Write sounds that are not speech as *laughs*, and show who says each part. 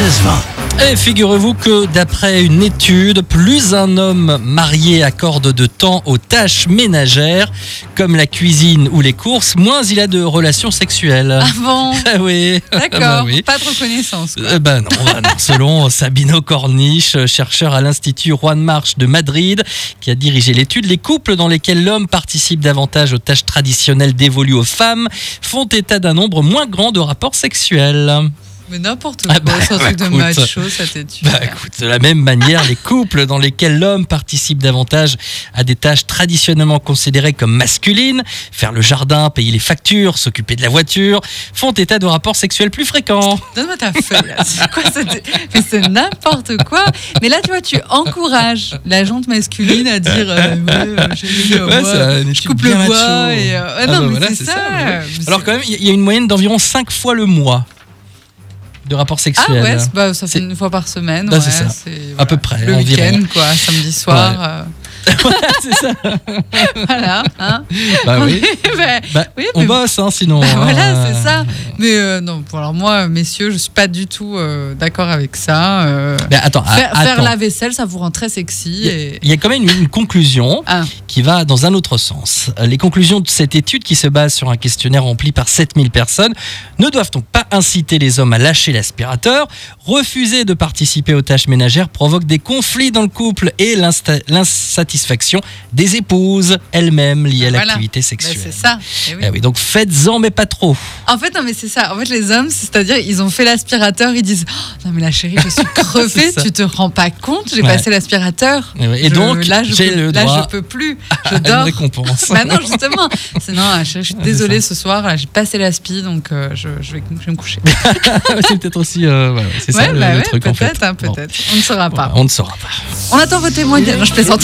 Speaker 1: Et Eh, figurez-vous que d'après une étude, plus un homme marié accorde de temps aux tâches ménagères, comme la cuisine ou les courses, moins il a de relations sexuelles.
Speaker 2: Ah bon
Speaker 1: *laughs* Ah oui.
Speaker 2: D'accord,
Speaker 1: Bah oui.
Speaker 2: pas de reconnaissance. quoi.
Speaker 1: Euh, ben non, ben non. selon Sabino Corniche, euh, chercheur à l'Institut Juan March de Madrid, qui a dirigé l'étude, les couples dans lesquels l'homme participe davantage aux tâches traditionnelles dévolues aux femmes font état d'un nombre moins grand de rapports sexuels.
Speaker 2: Mais n'importe quoi,
Speaker 1: Ah bah,
Speaker 2: c'est un truc de
Speaker 1: écoute.
Speaker 2: macho, ça t'étue.
Speaker 1: Bah écoute, de la même manière, les couples dans lesquels l'homme participe davantage à des tâches traditionnellement considérées comme masculines, faire le jardin, payer les factures, s'occuper de la voiture, font état de rapports sexuels plus fréquents.
Speaker 2: Donne-moi ta feuille. là. C'est quoi cette- Mais c'est n'importe quoi. Mais là, toi, tu encourages la jante masculine à dire euh, *laughs* ouais, euh, j'ai mis le bois, je coupe le bois. Et, euh, ouais,
Speaker 1: Ah
Speaker 2: non,
Speaker 1: bah
Speaker 2: mais
Speaker 1: voilà,
Speaker 2: c'est
Speaker 1: c'est
Speaker 2: ça.
Speaker 1: ça, ouais.
Speaker 2: Mais
Speaker 1: Alors
Speaker 2: c'est-
Speaker 1: quand même, il y- y a une moyenne d'environ 5 fois le mois de rapports sexuels.
Speaker 2: Ah ouais, c'est- bah, ça fait
Speaker 1: C'est-
Speaker 2: une fois par semaine.
Speaker 1: Bah,
Speaker 2: ouais,
Speaker 1: c'est ça.
Speaker 2: voilà.
Speaker 1: peu près,
Speaker 2: Le
Speaker 1: environ.
Speaker 2: week-end, quoi, samedi soir.
Speaker 1: *laughs* c'est ça.
Speaker 2: euh, voilà. hein.
Speaker 1: Bah
Speaker 2: *laughs*
Speaker 1: oui.
Speaker 2: Ben,
Speaker 1: Bah,
Speaker 2: oui,
Speaker 1: on
Speaker 2: mais-
Speaker 1: bosse, hein, sinon.
Speaker 2: Bah
Speaker 1: hein.
Speaker 2: *laughs* voilà, c'est ça. Mais euh, non, bon, alors moi, messieurs, je suis pas du tout euh, d'accord avec ça. euh.
Speaker 1: Mais Bah, attends, a-
Speaker 2: faire, faire
Speaker 1: Ah, attends.
Speaker 2: la vaisselle, ça vous rend très sexy. Et...
Speaker 1: Il y a quand même une conclusion
Speaker 2: Ah.
Speaker 1: qui va dans un autre sens. Euh, Les conclusions de cette étude, qui se base sur un questionnaire rempli par 7000 personnes, ne doivent donc pas inciter les hommes à lâcher l'aspirateur. Refuser de participer aux tâches ménagères provoque des conflits dans le couple et l'insta- l'insatisfaction des épouses elles-mêmes liées à
Speaker 2: Voilà.
Speaker 1: l'activité
Speaker 2: Bah,
Speaker 1: sexuelle.
Speaker 2: c'est ça. Eh oui.
Speaker 1: Eh oui, donc faites-en, mais pas trop.
Speaker 2: En fait, non, mais c'est ça. En fait, les hommes, c'est-à-dire, ils ont fait l'aspirateur, ils disent Oh, Non, mais la chérie,
Speaker 1: *laughs*
Speaker 2: je suis crevée,
Speaker 1: C'est ça.
Speaker 2: tu te rends pas compte, j'ai
Speaker 1: Ouais.
Speaker 2: passé l'aspirateur.
Speaker 1: Eh oui, Et
Speaker 2: Je-
Speaker 1: donc,
Speaker 2: là, je
Speaker 1: j'ai
Speaker 2: peux,
Speaker 1: le
Speaker 2: là,
Speaker 1: droit
Speaker 2: je peux plus.
Speaker 1: *laughs* à
Speaker 2: Je
Speaker 1: une
Speaker 2: dors. *laughs*
Speaker 1: récompense.
Speaker 2: Bah non, justement. Sinon, ah, chérie, je suis
Speaker 1: c'est
Speaker 2: désolée ce soir, là, j'ai passé l'aspi, donc euh, je, je vais, je vais me coucher.
Speaker 1: *laughs* c'est peut-être aussi. euh, voilà, c'est ça
Speaker 2: Ouais,
Speaker 1: le,
Speaker 2: bah
Speaker 1: le
Speaker 2: ouais,
Speaker 1: truc en fait.
Speaker 2: peut-être, hein,
Speaker 1: Bon,
Speaker 2: peut-être. On ne saura pas.
Speaker 1: on ne saura pas.
Speaker 2: On attend vos témoignages. Non, je plaisante.